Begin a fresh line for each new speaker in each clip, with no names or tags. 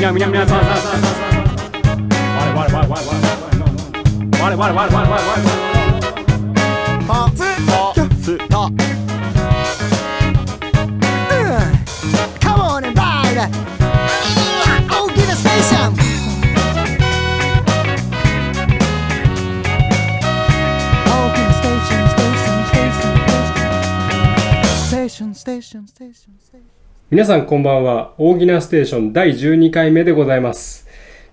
なみなみなさささささ我々我々我々我々我々我々我々
パツ
我々す
と Come on and ride Oh give a station
皆さんこんばんは。大喜なステーション第12回目でございます。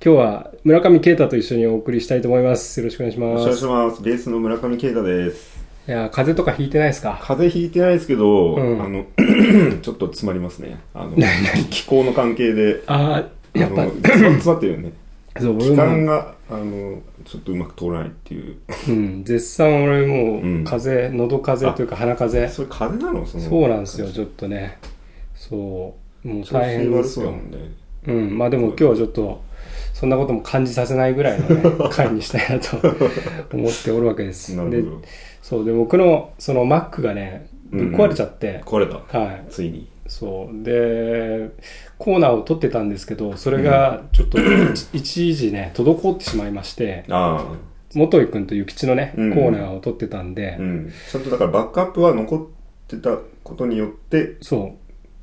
今日は村上啓太と一緒にお送りしたいと思います。よろしくお願いし
お
ま
願いし
す。
ます。ベースの村上啓太です。
いやー、風邪とかひいてないですか
風邪ひいてないですけど、
うん
あの、 ちょっと詰まりますね。あの、
何何
気候の関係で、
あ
あ
ー、やっ
の、
ぱ、
詰ま詰まってるよね。
そう、
時
俺
間
も、
が、あの、ちょっとうまく通らないっていう。
うん、絶賛俺も
う
うん風邪、喉風邪というか鼻風邪。
それ風邪なのその。
そうなんですよ、ち
調
ょっとね。そう、もう
子
大変で
悪
す
そうだ
よ
も。んね。
うん、まあでも今日はちょっと、そんなことも感じさせないぐらいの、ね、回にしたいなと思っておるわけです。
な
で
るほど。
そうで僕のその Mac がねぶっ壊れちゃって、
壊れた。
はい
ついに。
そうでコーナーを撮ってたんですけどそれがちょっと一一時ね滞ってしまいまして
ああ。
元井君と諭吉のね、
うん
コーナーを撮ってたんで、
うん。ちゃんとだからバックアップは残ってたことによって、
そ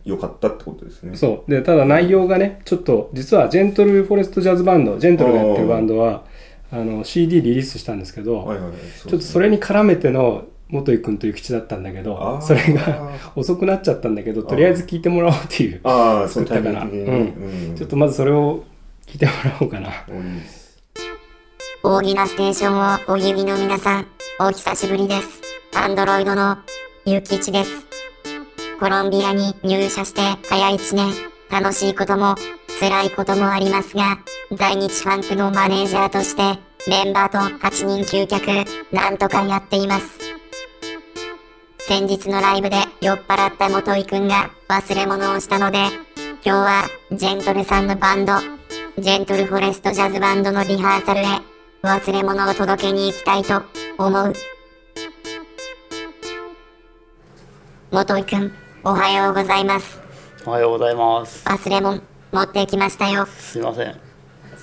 良かったってことですね。
うそうでただ内容がねちょっと実はジェントルフォレストジャズバンドジェントルがやってるバンドはあの CD リリースしたんですけど、
はいはいはい。
ちょっとそれに絡めての元井君と諭吉だったんだけ
あ
ど
ー
それが 遅くなっちゃったんだけどとりあえず聞いてもらおうっていう
ああ、そのタイミング
作っ
的
た
に
から
ね。うん
ちょっとまずそれを聞いてもらおうかな。
おいいです。
大喜なステーションをおぎみの皆さん、お久しぶりです。アンドロイドのゆきちです。コロンビアに入社して早1年、楽しいことも辛いこともありますが、在日ファンクのマネージャーとして、メンバーと8人9客、なんとかやっています。先日のライブで酔っ払った元井くんが忘れ物をしたので、今日はジェントルさんのバンド、ジェントルフォレストジャズバンドのリハーサルへ忘れ物を届けに行きたいと思う。元井くん、おはようございます。
おはようございます。
忘れ物、持ってきましたよ。
すいません。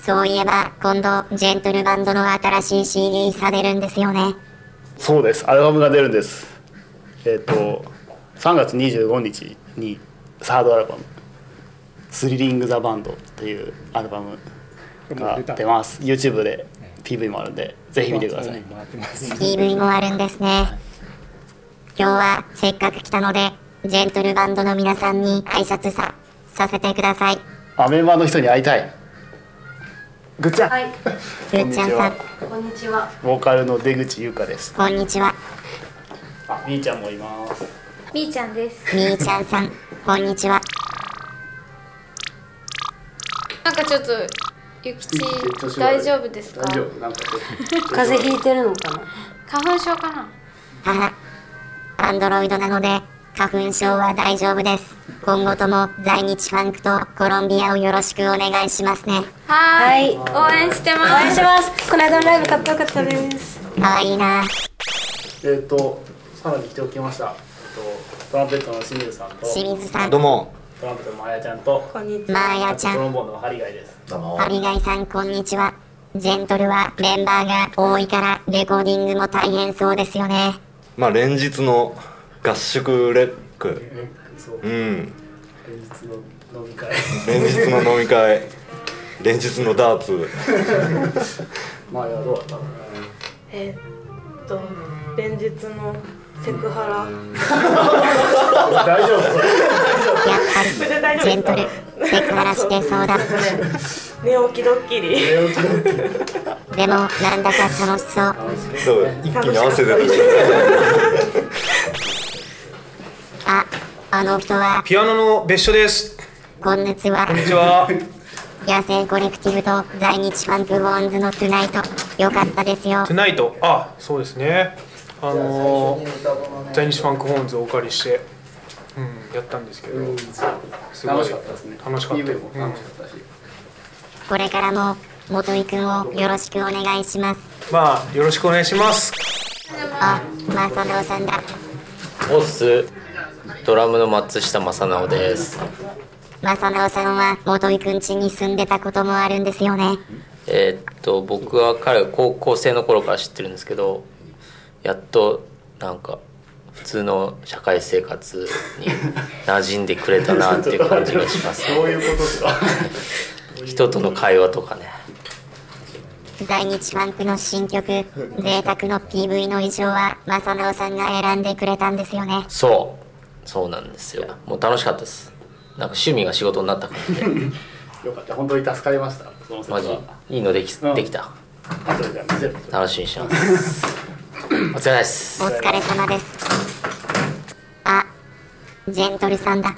そういえば、今度、ジェントルバンドの新しい CD されるんですよね。
そうです。アルバムが出るんです。えっ、と、3月25日にサードアルバム、スリリング・ザ・バンドというアルバムが出ます。YouTube で PV もあるんで、ぜひ見てください。
PV もあるんですね。今日はせっかく来たので、ジェントルバンドの皆さんに挨拶さ、させてください。
アメンバーの人に会いたい。ぐっちゃん、
はい、
ふーちゃんさん、
こんにちは。
ボーカルの出口優香です。
こんにちは。
あ、みーちゃんもいます。
みーちゃんです。
みーちゃんさん、こんにちは。
なんかちょっと、ゆきち、大丈夫ですか
大丈夫。なんかちょっと
風邪ひいてるのかな。
花粉症かな
母、アンドロイドなので、花粉症は大丈夫です。今後とも在日ファンクとコロンビアをよろしくお願いしますね。
はーい。
は
応援してま
お願いし
す。
ます。この間のライブかっこよかったです。
かわいいな
えっ、と、さらに来ておきました。えっとトランペットの清水さんと
清水さん、
どうも、
トランペットのまやちゃんと
こんにちは。
マーヤちゃ
ト
ん、
ロンボーンのハリガイです。
どうも
ハ。リガイさん、こんにちは。ジェントルはメンバーが多いから、レコーディングも大変そうですよね。
まあ連日の合宿レック、
そう、
うん、
連日の飲み会。
連日の飲み会、連日のダーツ、
まあ、いや、どうだ ったのね。
えーっと連日のセクハラ
大丈夫。
やっぱり、ジェントル、セクハラしてそうだ。
寝起きドッキリ
でも、なんだか楽しそう。
そう一気に汗出てき
あ、あの人は、
ピアノの別所です。
今月は、
こんにちは。
野生コレクティブと在日ファンクボーンズのトゥナイト良かったですよ
トゥナイト、あ、そうですね。あのー、在日ファンクホーンズをお借りして、うん、やったんですけど、すごい
楽しかったですね。
楽しかった
PV も楽しかったし。
これからも元井くんをよろしくお願いします
まあ、よろしくお願いします。
あ、マサノさんだ
オスドラムの松下正直です
正直さんは元井くん家に住んでたこともあるんですよね。
えーっと僕は彼が高校生の頃から知ってるんですけどやっとなんか普通の社会生活に馴染んでくれた なっていう感じがします
どういうことですか
人との会話とかね
在日ファンクの新曲、贅沢の PV の衣装は正直さんが選んでくれたんですよね。
そうそうなんですよもう楽しかったですなんか趣味が仕事になった感じで
よかった本当に助かりましたその説
マジ
はい
いのでき,、できた
後でじゃあ見せる
楽しみにしてます お疲れ様です
お疲れ様です。あ、ジェントルさんだ。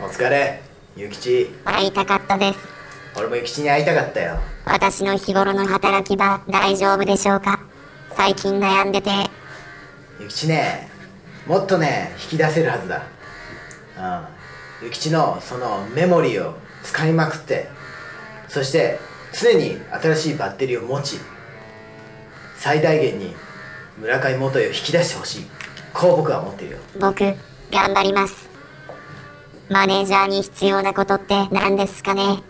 お疲れゆきち
会いたかったです。
俺もゆきちに会いたかったよ
私の日頃の働き場大丈夫でしょうか最近悩んでて、
ゆきちねもっとね引き出せるはずだうんゆきちのそのメモリーを使いまくってそして常に新しいバッテリーを持ち最大限に村上元井を引き出してほしいこう僕は思っているよ
僕、頑張ります。マネージャーに必要なことって何ですかね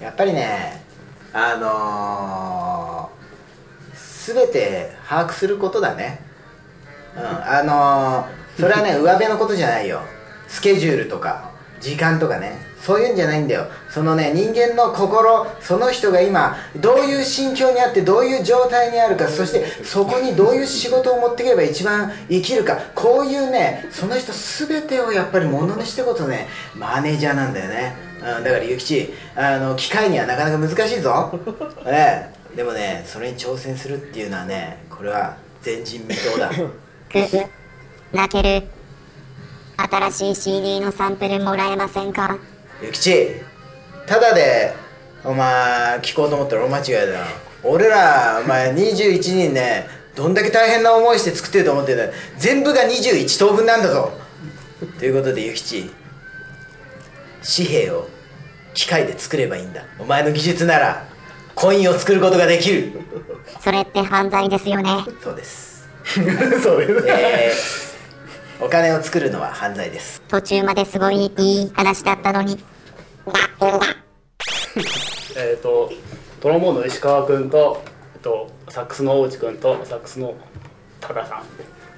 やっぱりねあのー、全て把握することだねうんあのー、それはね上辺のことじゃないよスケジュールとか時間とかねそういうんじゃないんだよそのね人間の心その人が今どういう心境にあってどういう状態にあるかそしてそこにどういう仕事を持っていければ一番生きるかこういうねその人全てをやっぱりものにしてこそねマネージャーなんだよね、うん、だから諭吉あの機械にはなかなか難しいぞええでもねそれに挑戦するっていうのはねこれは前人未到だ
く、泣ける。新しい CD のサンプルもらえませんか
ゆきちただでお前聞こうと思ったら大間違いだよ俺らお前21人ねどんだけ大変な思いして作ってると思ってるんだよ全部が21等分なんだぞということでゆきち紙幣を機械で作ればいいんだお前の技術ならコインを作ることができる
それって犯罪ですよね。
そうです そうです、えーお金を作るのは犯罪です
途中まですごいいい話だったのに。
えっ、とトロンボーンの石川君と、えっと、サックスの大内君とサックスの多田さん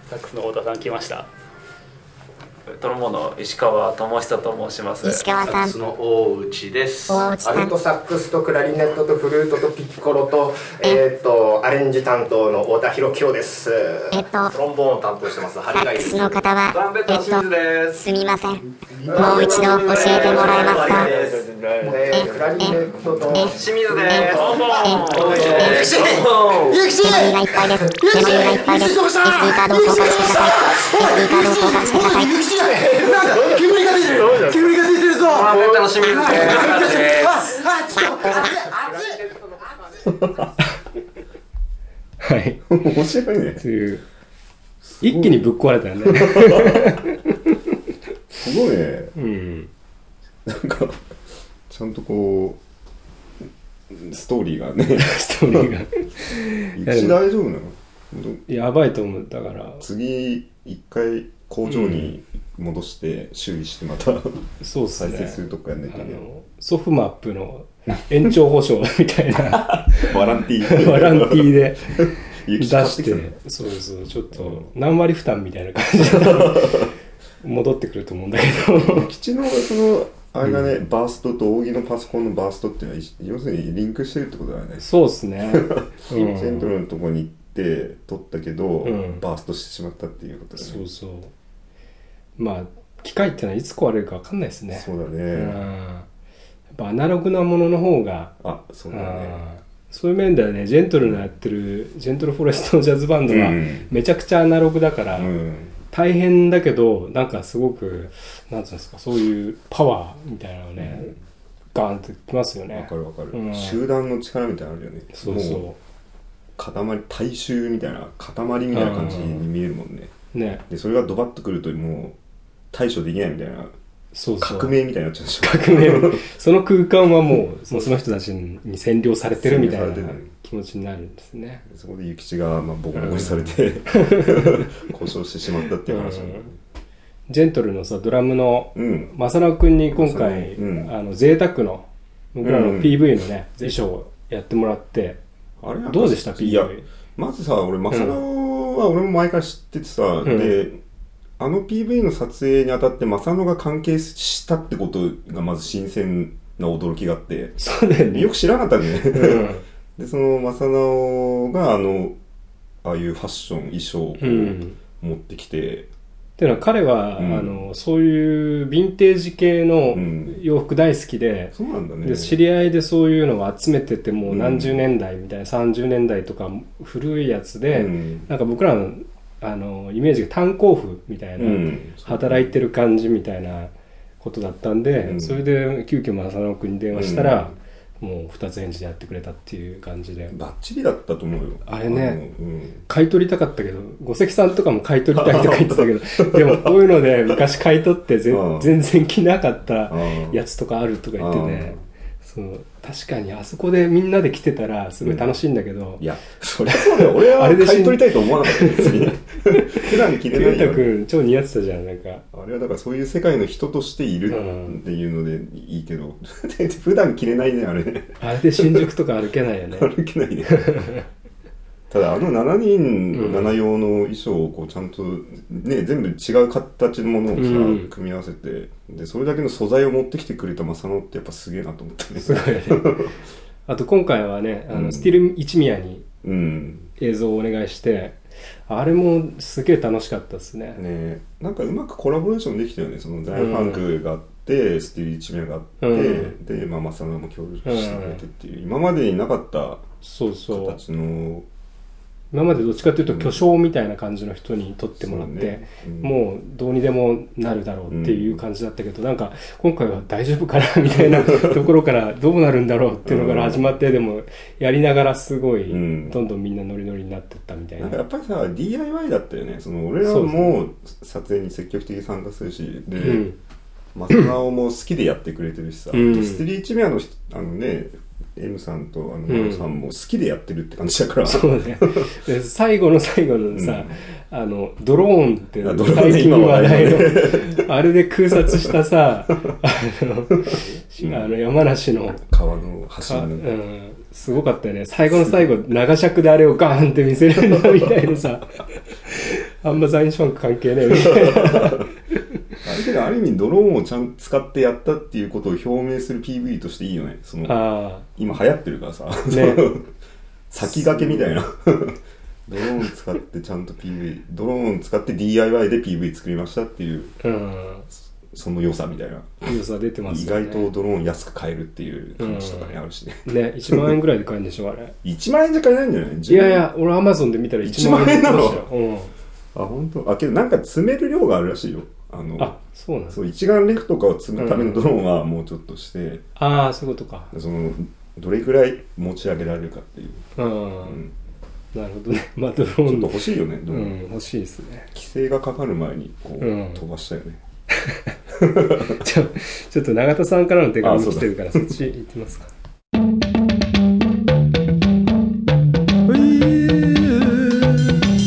サックスの太田さん来ました
トロンボーンの石川智久と申します
石川さんサックス
の大内です
大内さん
アルトサックスとクラリネットとフルートとピッコロとえっ、とアレンジ担当の太田博清です
えっと
トロンボーンを担当してますハリガイ
椅子の方は、えっと、すみません。もう一度教えてもらえますか
清水です。
ゆきちゆきち煙がいっぱいです。煙がいっぱいです。SD カードを交換してください。SD カードを交換してください。
なんだ煙が出てる煙が出てるぞあ、楽しみですあ、あ、ちょっと
はい面白いねという一気にぶっ壊れたよね
すごいね
うん
なんかちゃんとこうストーリーが ね
ストーリーが
一大丈夫なの
やばいと思うだから
次一回工場に戻して修理してまた、
そうっすね
再生するとこやんなきゃいけない
ソフマップの延長保証みたいな
ワランテ ィー
ワランティーで出
雪買っ
してて
きた
そうそうちょっと何割負担みたいな感じで戻ってくると思うんだけど
基地のそのあれがね、バーストと扇のパソコンのバーストっていうのは一要するにリンクしてるってことだよね
そうっすね
ジ
うん
ェントルのとこに行って撮ったけど、
うん
バーストしてしまったっていうことだね
そうそうまあ機械ってのはいつ壊れるか分かんないですね
そうだね
んやっぱアナログなものの方が
あそうだね
んそういう面ではねジェントルのやってるジェントルフォレストのジャズバンドは
うん
めちゃくちゃアナログだから、
うん
大変だけどなんかすごくなんつうんですかそういうパワーみたいなのね、ガーンときますよねわか
るわかる、
うん
集団の力みたいなのあるよね
そうそう
もう塊大衆みたいな塊みたいな感じに見えるもんね、
ね
でそれがドバッとくるともう対処できないみたいな
そうそう
革命みたいになっちゃうでしょ
革命 その空間はもうもうその人たちに占領されてるみたいな
占領されてる
気持ちになるんですね
そこで諭吉がまあボコボコにされて故障してしまったっていう
う
話、
んジェントルのさドラムの、マサ正く君に今回、あの贅沢の僕ら
う
の
ん
PV のね、衣装をやってもらってどうでした
いや
PV
まずさ俺マサノは俺も前から知っててさ、
ん
であの PV の撮影にあたってマサノが関係したってことがまず新鮮な驚きがあって
そうだよね
よく知らなかったんだよね、でそのマサノがあのああいうファッション衣装をこう
うん
持ってきて、
っていうのは彼は、
うん
あのそういうヴィンテージ系の洋服大好きで,、
ね
で知り合いでそういうのを集めててもう
うん
何十年代みたいな、30年代とか古いやつで、
うん
なんか僕らのあのイメージが炭鉱夫みたいな、
うん
働いてる感じみたいなことだったんで、それで急遽正野君に電話したら、もう2つ返事でやってくれたっていう感じで
バッチリだったと思うよ
あれね
あのうん
買い取りたかったけど五関さんとかも買い取りたいとか言ってたけ どでもこういうので昔買い取ってぜ
うん
全然着なかったやつとかあるとか言ってねその確かにあそこでみんなで着てたらすごい楽しいんだけど、
いやそりゃそうだよ俺は買い取りたいと思わなかったよ別に普段着れないよ
健太君超似合ってたじゃんなんか
あれはだからそういう世界の人としているっていうのでいいけど、 普段着れないねあれね
あれで新宿とか歩けないよね
歩けないねただあの7人7用の衣装をこうちゃんとね全部違う形のものをさ、
うん
組み合わせてでそれだけの素材を持ってきてくれた正野ってやっぱすげえなと思ったね
すごいね あと今回はねあの、スティル一宮に
うん
映像をお願いしてあれもすげえ楽しかったですね
ねなんかうまくコラボレーションできたよねその大ファンクがあって、スティーリーチミアがあって、
うん
で、まあ、マサノも協力してくれてっていう、今までになかった形の
今までどっちかというと巨匠みたいな感じの人に撮ってもらって、
そうねうん
もうどうにでもなるだろうっていう感じだったけど、なんか今回は大丈夫かな みたい なところからどうなるんだろうっていうのから始まって、でもやりながらすごいどんどんみんなノリノリになってったみたいな。
なんかやっぱりさ DIY だったよねその俺ら
そうそう
も撮影に積極的に参加するしで、
うん
マサナオも好きでやってくれてるしさ、
うん
でステリーチミアの人あのね M さんとあの
ん
マロさんも好きでやってるって感じだから、
そう ねで最後の最後のさ、あのドローンって
あドローンね
最近
今
話
話
題
題
の
の
あれで空撮したさ あのあの山梨の
川の橋
かうん、すごかったよね最後の最後長尺であれをガーンって見せるんだみたいな さあんま在日ファンク関係ねえみたいな
あれけどある意味ドローンをちゃんと使ってやったっていうことを表明する PV としていいよねそ
あー
の今流行ってるからさ、
ね
先駆けみたいな ドローン使ってちゃんと PV ドローン使って DIY で PV 作りましたっていう、
うん
その良さみたいな
良さ出てますよね
意外とドローン安く買えるっていう感じとかね、あるしね
ね1万円ぐらいで買えるんでしょあれ
1万円じゃ買えないんじゃない
いやいや俺アマゾンで見たら1
1
万
万
円
円
で
な
買い
の
ましたようん
あ本当あけどなんか詰める量があるらしいよあの
そうなん
そう一眼レフとかを積むためのドローンはもうちょっとして、
ああそういうことか
そのどれぐらい持ち上げられるかっていう
うん、なるほどね まあドローン
ちょっと欲しいよねドローン
うん、欲しいですね
規制がかかる前にこう、
うん
飛ばしたよね
ちょちょっと永田さんからの手
あ
紙
そう
来
だ
てるからそっち行ってますか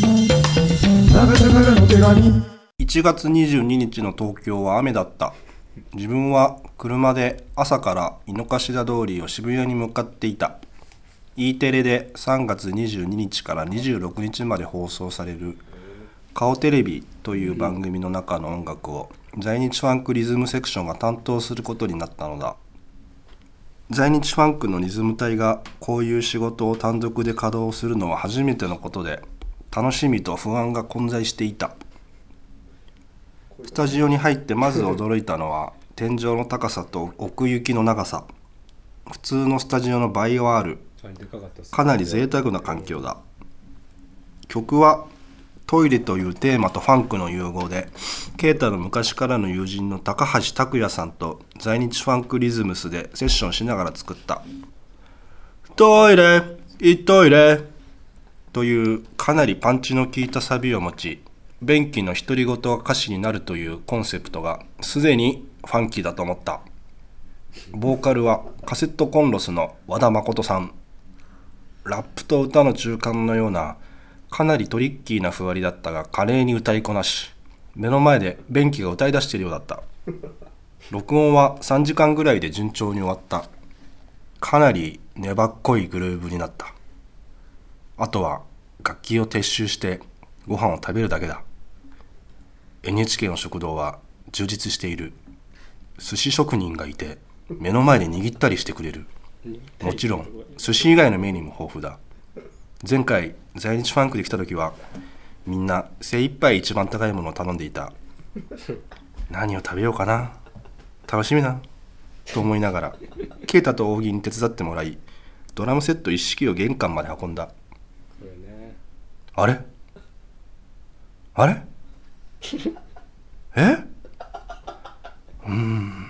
長田からの手紙1月22日の東京は雨だった自分は車で朝から井の頭通りを渋谷に向かっていた E テレで3月22日から26日まで放送される「顔テレビ」という番組の中の音楽を在日ファンクリズムセクションが担当することになったのだ在日ファンクのリズム隊がこういう仕事を単独で稼働するのは初めてのことで楽しみと不安が混在していたスタジオに入ってまず驚いたのは天井の高さと奥行きの長さ普通のスタジオの倍はある
でかかったっす
かなり贅沢な環境だ曲はトイレというテーマとファンクの融合で啓太の昔からの友人の高橋拓也さんと在日ファンクリズムスでセッションしながら作った「トイレいっといれ」というかなりパンチの効いたサビを持ち便器の独り言が歌詞になるというコンセプトがすでにファンキーだと思ったボーカルはカセットコンロスの和田誠さんラップと歌の中間のようなかなりトリッキーなふわりだったが華麗に歌いこなし目の前で便器が歌い出しているようだった録音は3時間ぐらいで順調に終わったかなり粘っこいグルーブになったあとは楽器を撤収してご飯を食べるだけだ NHK の食堂は充実している寿司職人がいて目の前で握ったりしてくれるもちろん寿司以外のメニューも豊富だ前回在日ファンクで来た時はみんな精一杯一番高いものを頼んでいた何を食べようかな楽しみだと思いながら啓太と大喜に手伝ってもらいドラムセット一式を玄関まで運んだあれあれえうーん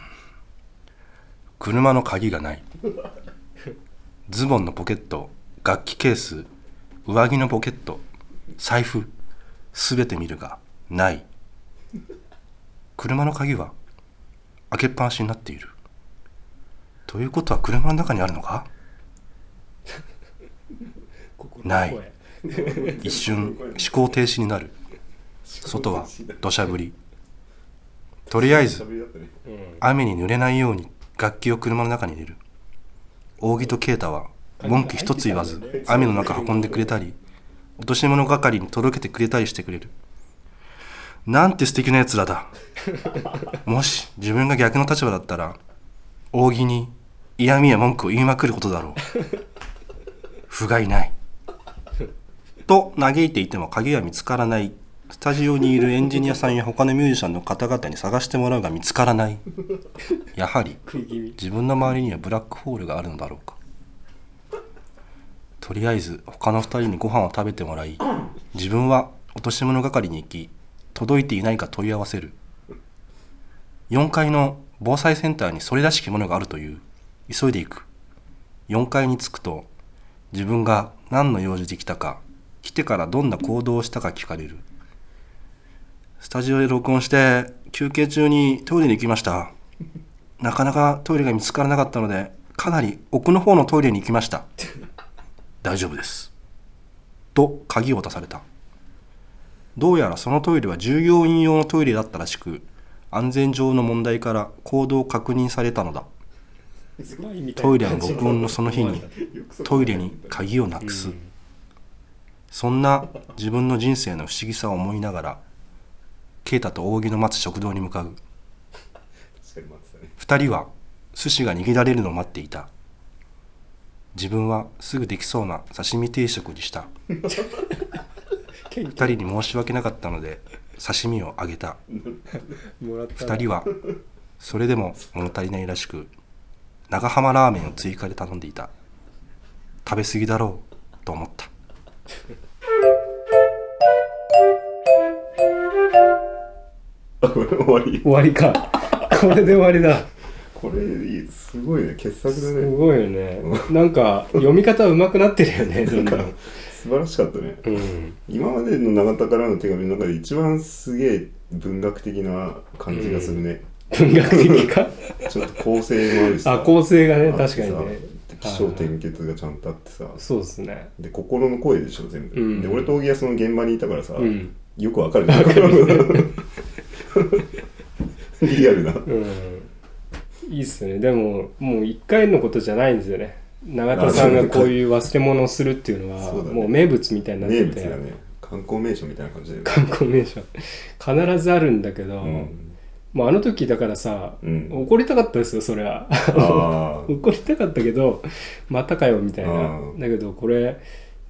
車の鍵がないズボンのポケット楽器ケース上着のポケット財布すべて見るがない車の鍵は開けっぱなしになっているということは車の中にあるのかない一瞬思考停止になる外は土砂降りとりあえず雨に濡れないように楽器を車の中に入れる扇と啓太は文句一つ言わず雨の中運んでくれたり落とし物係に届けてくれたりしてくれるなんて素敵な奴らだもし自分が逆の立場だったら扇に嫌味や文句を言いまくることだろう不甲斐ないと嘆いていても鍵は見つからないスタジオにいるエンジニアさんや他のミュージシャンの方々に探してもらうが見つからないやはり自分の周りにはブラックホールがあるのだろうかとりあえず他の2人にご飯を食べてもらい自分は落とし物係に行き届いていないか問い合わせる4階の防災センターにそれらしきものがあるという急いで行く4階に着くと自分が何の用事で来たか来てからどんな行動をしたか聞かれるスタジオで録音して休憩中にトイレに行きましたなかなかトイレが見つからなかったのでかなり奥の方のトイレに行きました大丈夫ですと鍵を渡されたどうやらそのトイレは従業員用のトイレだったらしく安全上の問題から行動を確認されたのだトイレの録音のその日にトイレに鍵をなくすそんな自分の人生の不思議さを思いながら啓太と扇の待つ食堂に向かう2人は寿司が握られるのを待っていた自分はすぐできそうな刺身定食にした2人に申し訳なかったので刺身をあげた2人はそれでも物足りないらしく長浜ラーメンを追加で頼んでいた食べ過ぎだろうと思った
終わり
終わりか これで終わりだ
これいいすごいね傑作だね
すごいよねなんか読み方うまくなってるよねどんどん
素晴らしかったね、今までの永田からの手紙の中で一番すげえ文学的な感じがするね、
文学的か
ちょっと構成もあるしさ
あ構成がね
あって
確
さ
かにね
起承転結がちゃんとあってさ
そうですね
で心の声でしょ全部、
うん
で俺と荻はその現場にいたからさ、
うん
よくわかるじゃんリアルな、
うん、いいっすよねでももう一回のことじゃないんですよね永田さんがこういう忘れ物をするっていうのは
そうだね
もう名物みたいになっ
名
て
物
て、
だね観光名所みたいな感じだよね
観光名所必ずあるんだけど、もうあの時だからさ、
うん
怒りたかったですよそりゃ
あ
怒りたかったけどまたかよみたい
あ
なだけどこれ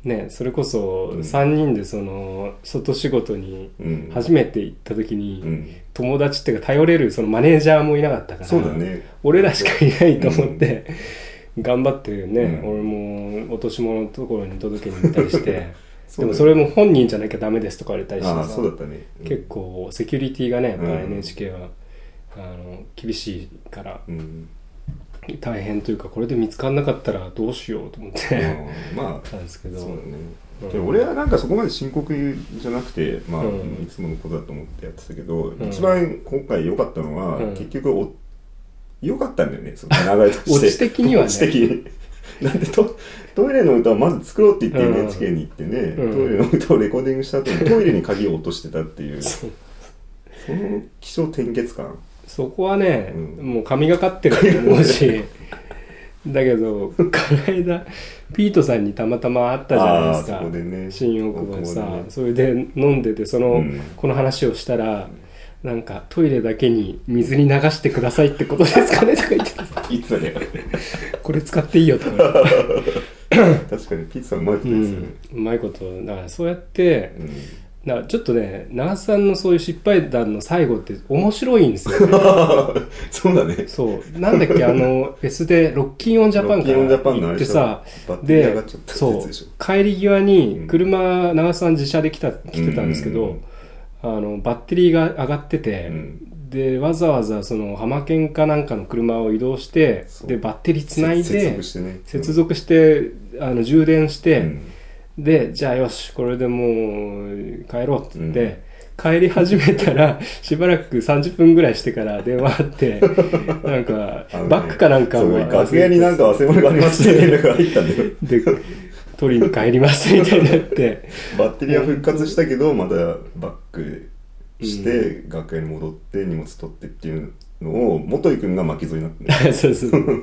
ねそれこそ3人でその外仕事に
うん
初めて行った時に、
うん
友達っていうか頼れるそのマネージャーもいなかったから
そうだね
俺らしかいないと思って、頑張ってね、俺も落とし物のところに届けに行ったりして
そ
で
うだね
もそれも本人じゃなきゃダメですとか言われたりして
あーそうだったねうん
結構セキュリティがねやっぱ
うん
NHK は、あの厳しいから、
うん
大変というかこれで見つからなかったらどうしようと思って、
うんま あ
なんですけど
そうだね
うん
で俺はなんかそこまで深刻じゃなくて、まあ
うん
いつものことだと思ってやってたけど、
うん
一番今回良かったのは、
うん
結局お良かったんだよねその長いとして
オチ的にはね
オチ的に なんでトトイレの歌をまず作ろうって言って
うん
NHK に行ってね、
うん
トイレの歌をレコーディングした後にトイレに鍵を落としてたっていうその気象転結感
そこはね、もう神がかってると思うし、だけど、この間、ピートさんにたまたま会ったじゃないです
あ
か
ーそこで、ね
新大久保でさ
ここでね
それで飲んでて、その、
うん
この話をしたら、なんかトイレだけに水に流してくださいってことですかねとか言ってた
いつだね
これ使っていいよとか言 って
確かにピッツァうまいことですよね、
うまいことだからそうやって、だからちょっとね長瀬さんのそういう失敗談の最後って面白いんですよ、ね、
そうだね
そうなんだっけあ のフェスでロッキンオンジャパンか
ロッキンオンジャパ
ら
ンの
行っ
あ
て
れでしょ
さ
バッテリー上
で
がっちゃったやつ
そう
でし
帰り際に車長瀬さん自車で来た来てたんですけど、あのバッテリーが上がってて、でわざわざその浜県かなんかの車を移動してでバッテリーつないで
接続してね
接続してあの充電して、でじゃあよしこれでもう帰ろうって言って、帰り始めたら しばらく30分ぐらいしてから電話あって なんかバッグかなんか
そう楽屋になんか忘れ物があり ますって連絡が入ったんだよ
で取りに帰りますみたいになって
バッテリーは復活したけどまたバックして楽屋に戻って荷物取ってっていうのを元井君が巻き添えになって
そうそう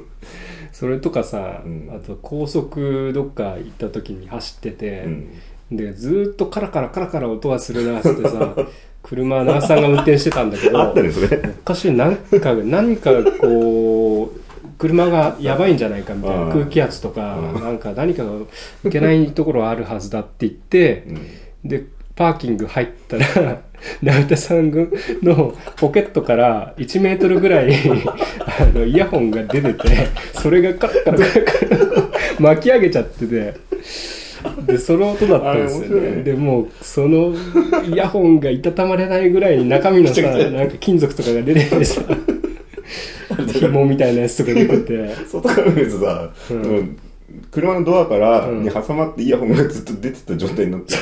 それとかさ、あと高速どっか行った時に走ってて、でずーっとカラカラカラカラ音がするなっつって さ車長瀬さんが運転してたんだけど
あったねそれ
おかしい何か何かこう車がやばいんじゃないかみたい
うん
な空気圧とかなんか何かがいけないところはあるはずだって言って、でパーキング入ったら 成田さんのポケットから1メートルぐらい あのイヤホンが出ててそれがカラカラカラカラ巻き上げちゃっててでその音だったんですよ
あれ面白い
ね
ね
でもうそのイヤホンがいたたまれないぐらいに中身のさ
めちゃくちゃ
なんか金属とかが出ててさ紐みたいなやつとか出てて
外から見るとさ、うん車のドアからに挟まってイヤホンがずっと出てた状態になって て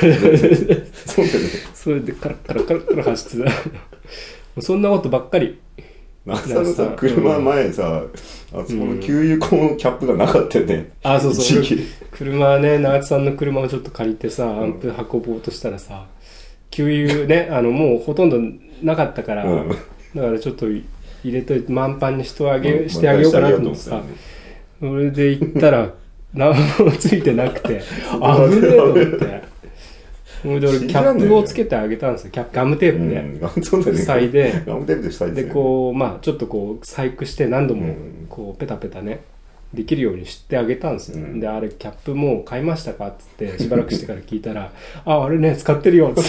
そうだよね
それでカラッカラッカラッカラ走ってたそんなことばっかり
夏さんのさ車前さ、あそこの給油口のキャップがなかったよね、
あそうそう
一時期
車ね長津さんの車をちょっと借りてさアンプ運ぼうとしたらさ給油ねあのもうほとんどなかったから、
うん
だからちょっと入れといて満帆にしてあげ,、
うん
してあげようかなと思ってさ、それで行った ら何もついてなくて危ねえと思って。それで俺キャップをつけてあげたんですよキャップガムテープで、
そうだよね
塞いで
ガムテープで塞いで
でこうまあちょっとこう細工して何度もこうペタペタねできるようにしてあげたんですよ、であれキャップもう買いましたかっつ ってしばらくしてから聞いたら「ああれね使ってる よ」っつって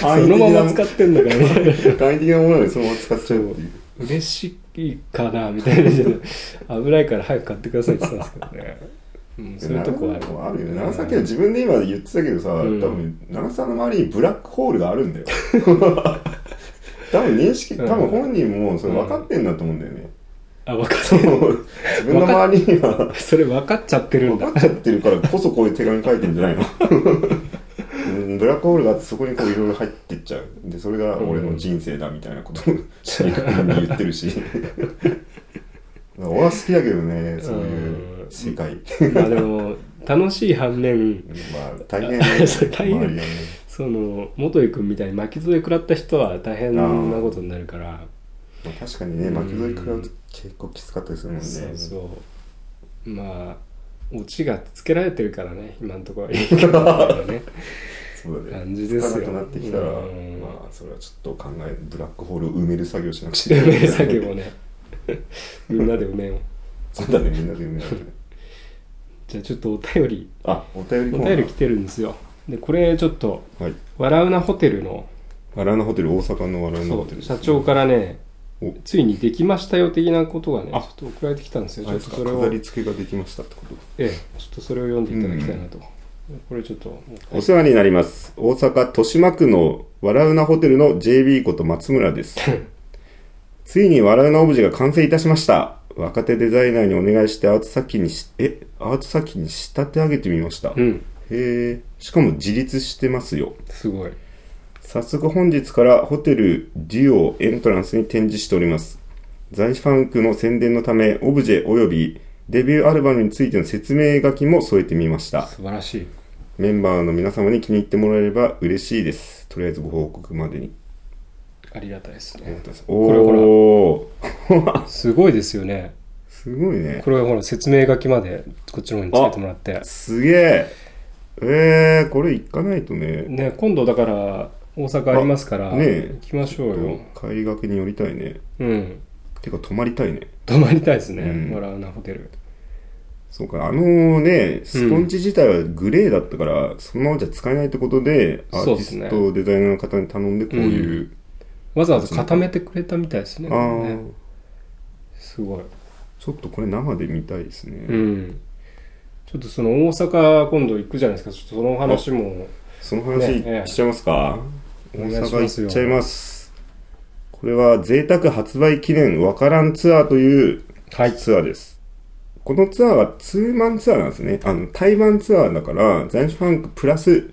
そのまま使ってんだからみたいな
簡易的なものでそのまま使っちゃうっていう
嬉しいかなみたいな感じで危ないから早く買ってくださいって言ってたんですけどね、うん、そういうとこある
あるよね長崎は自分で今言ってたけどさ、多分長崎の周りにブラックホールがあるん だよ多分認識多分本人もそれ分かってんだと思うんだよね、
あ分か
ってる 自分の周りには
それ分かっちゃってるんだ
分かっちゃってるからこそこういう手紙書いてんじゃないの うんブラックホールがあってそこにこういろいろ入ってっちゃうでそれが俺の人生だみたいなことを 知り合いに言ってるし俺は好きだけどねそういう世界
まあでも楽しい反面
まあ大 変
そう大
周り
変
がね
その元井君みたいに巻き添え食らった人は大変なことになるから
まあ確かにね巻き添え食らうと結構きつかったりするもんね
そうそうまあオチがつけられてるからね今のところはいいけどね
そうだね
感じですよ
つかなくなってきたら、
うん
まあそれはちょっと考えブラックホールを埋める作業しなくちゃ
埋める作業を ねみんなで埋めよう
そうだねみんなで埋めよう
じゃあちょっとお便り
あお便りコー
お
ナー
便り来てるんですよでこれちょっと、
はい
笑うなホテルの
わらなホテル大阪のわらなホテルです
社長からねついにできましたよ的なことがねちょっと送られてきたんですよち
あ
ょ
れ
っ
です
と
か
それ
飾
を
り付けができましたってこと
ええ、ちょっとそれを読んでいただきたいなと。これちょっと、
お世話になります。大阪豊島区のわらうなホテルの JB こと松村 です。ついにわらうなオブジェが完成いたしました。若手デザイナーにお願いしてアート作品にし、え、アート作品に仕立て上げてみました。へえ。しかも自立してますよ。
すごい。
早速本日からホテルデュオエントランスに展示しております。在ファンクの宣伝のため、オブジェ及びデビューアルバムについての説明書きも添えてみました。
素晴らしい。
メンバーの皆様に気に入ってもらえれば嬉しいです。とりあえずご報告までに。
ありがたいですね。
おー
これほら、すごいですよね。
すごいね。
これほら、説明書きまでこっちの方につけてもらって。
すげえ。えー、これ行かないとね。
ね、今度だから、大阪ありますから、
あねえ
行きましょうよ。
帰りがけに寄りたいね。
うん。
てか泊まりたいね。
泊まりたいですね、
うん
笑うなホテル。
そうか、あのね、スポンジ自体はグレーだったから、そのままじゃ使えないってことで、アーテ
そう
ィ
っすね
スト、デザイナーの方に頼んで、こういう、
わざわざ固めてくれたみたいですね。
あー
これねすごい。
ちょっとこれ生で見たいですね。
うん。ちょっとその大阪今度行くじゃないですか、ちょっとその話も。
その話しちゃいますか、
ええ
大
お願いし
阪
ます
行
よ
っちゃいますこれは贅沢発売記念わからんツアーというツアーです、このツアーはツーマンツアーなんですねあの対バンツアーだから在日ファンクプラス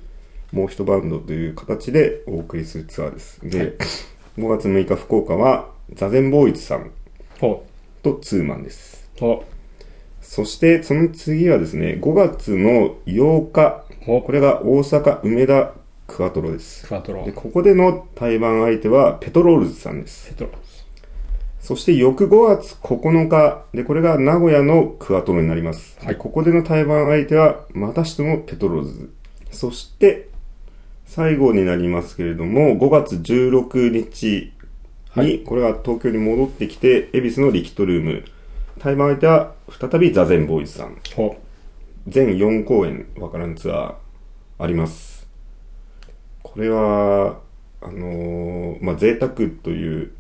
もう一バンドという形でお送りするツアーですで、5月6日福岡は座禅ボーイズさんとツーマンですそしてその次はですね5月の8日これが大阪梅田クワトロです
クワトロ
でここでの対バン相手はペトロールズさんですそして翌5月9日でこれが名古屋のクワトロになります、でここでの対バン相手はまたしてもペトロールズそして最後になりますけれども5月16日に、これは東京に戻ってきて恵比寿のリキッドルーム対バン相手は再び座禅ボーイズさん全4公演わからんツアーありますこれはあのーまあ贅沢という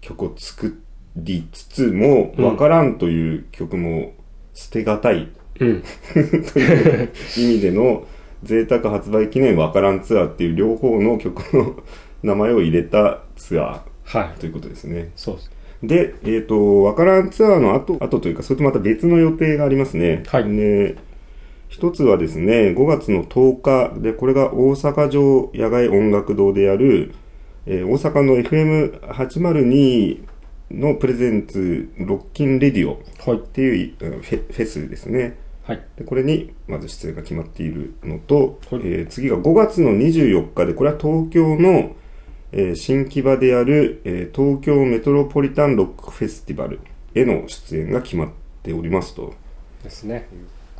曲を作りつつも
うん
わからんという曲も捨てがたい、
うん。
という意味での贅沢発売記念わからんツアーっていう両方の曲の名前を入れたツアーということですね。
そうです
で、えっ、と、わからんツアーの後、後というか、それとまた別の予定がありますね。で、一つはですね、5月の10日で、これが大阪城野外音楽堂でやる、えー大阪の FM802 のプレゼンツ、ロッキンレディオっていう、うんフェフェスですね。でこれにまず出演が決まっているのと、えー次が5月の24日で、これは東京の、えー新木場である、えー東京メトロポリタンロックフェスティバルへの出演が決まっておりますと。
ですね。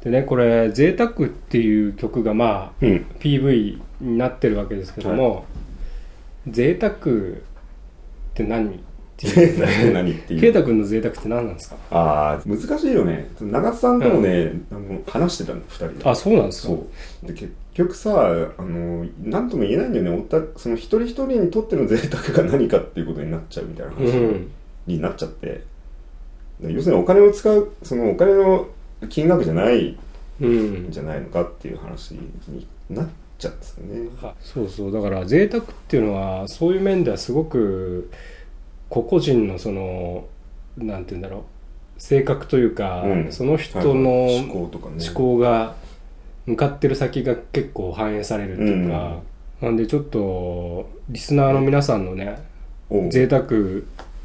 でね、これ、贅沢っていう曲がまあ、
うん
PV になってるわけですけども、贅沢って何っていう
贅沢って何っていう
圭太君の贅沢って何なんですか
ああ、難しいよね。長津さんともね、あの話してたの、二人で。
あそうなんですか
そうで結局さ、あの、なんとも言えないんだよね。おたその一人一人にとっての贅沢が何かっていうことになっちゃうみたいな話
うん
になっちゃって。で要するにお金を使う、そのお金の金額じゃないんじゃないのかっていう話になっちゃうんですよね。
そうそうだから贅沢っていうのはそういう面ではすごく個々人のそのなんて言うんだろう性格というか、
うん
その人の
はい思考とかね
思考が向かってる先が結構反映されるっていうか、なんでちょっとリスナーの皆さんのね、贅沢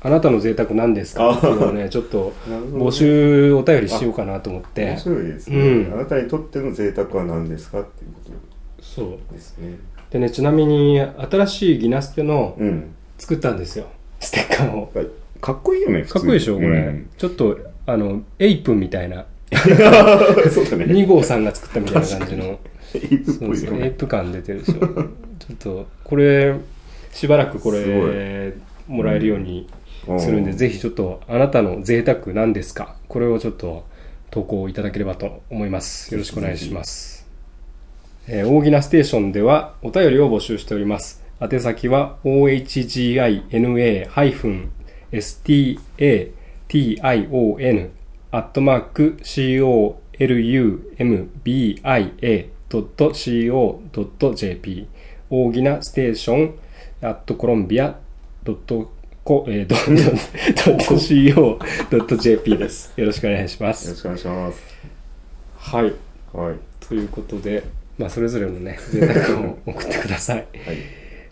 あなたの贅沢なんですかっていうのを ねちょっと
なるほどね
募集お便りしようかなと思って
面白いですね、
うん
あなたにとっての贅沢は何ですかっていうこと
そう
ですね。
でねちなみに新しいギナステの
うん
作ったんですよ、ステッカーを
かっこいいよね普通
かっこいいでしょこれ、
うん
ちょっとあのエイプみたいな
そうだね
2号さんが作ったみたいな感じ の
確かにエイプっぽいね
そうそうエイプ感出てるでしょちょっとこれしばらくこれ
す
もらえるようにするんで、
うん
ぜひちょっとあなたの贅沢なんですかこれをちょっと投稿いただければと思いますよろしくお願いしますえー、大喜なステーションではお便りを募集しております。宛先は ohgina-station アットマーク columbia.co.jp 大喜なステーションアットコロンビアドットコ、えー、 ドット .co.jp です。よろしくお願いします。よろ
しくお願いします。
はい。
はい。
ということで、まあ、それぞれのね、贅沢を送ってください。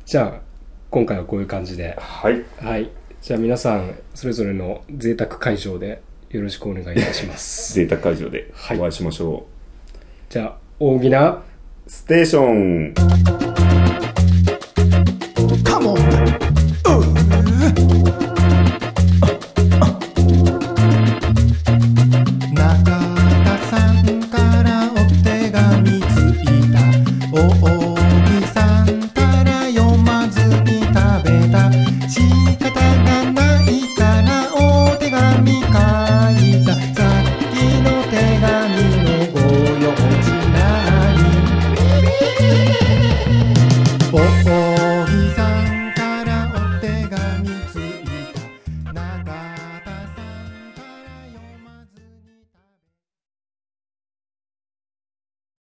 じゃあ、今回はこういう感じで。
はい。
はい。じゃあ皆さん、それぞれの贅沢会場でよろしくお願いいたします。
贅沢会場でお会いしましょう、
じゃあ、大きな
ステーション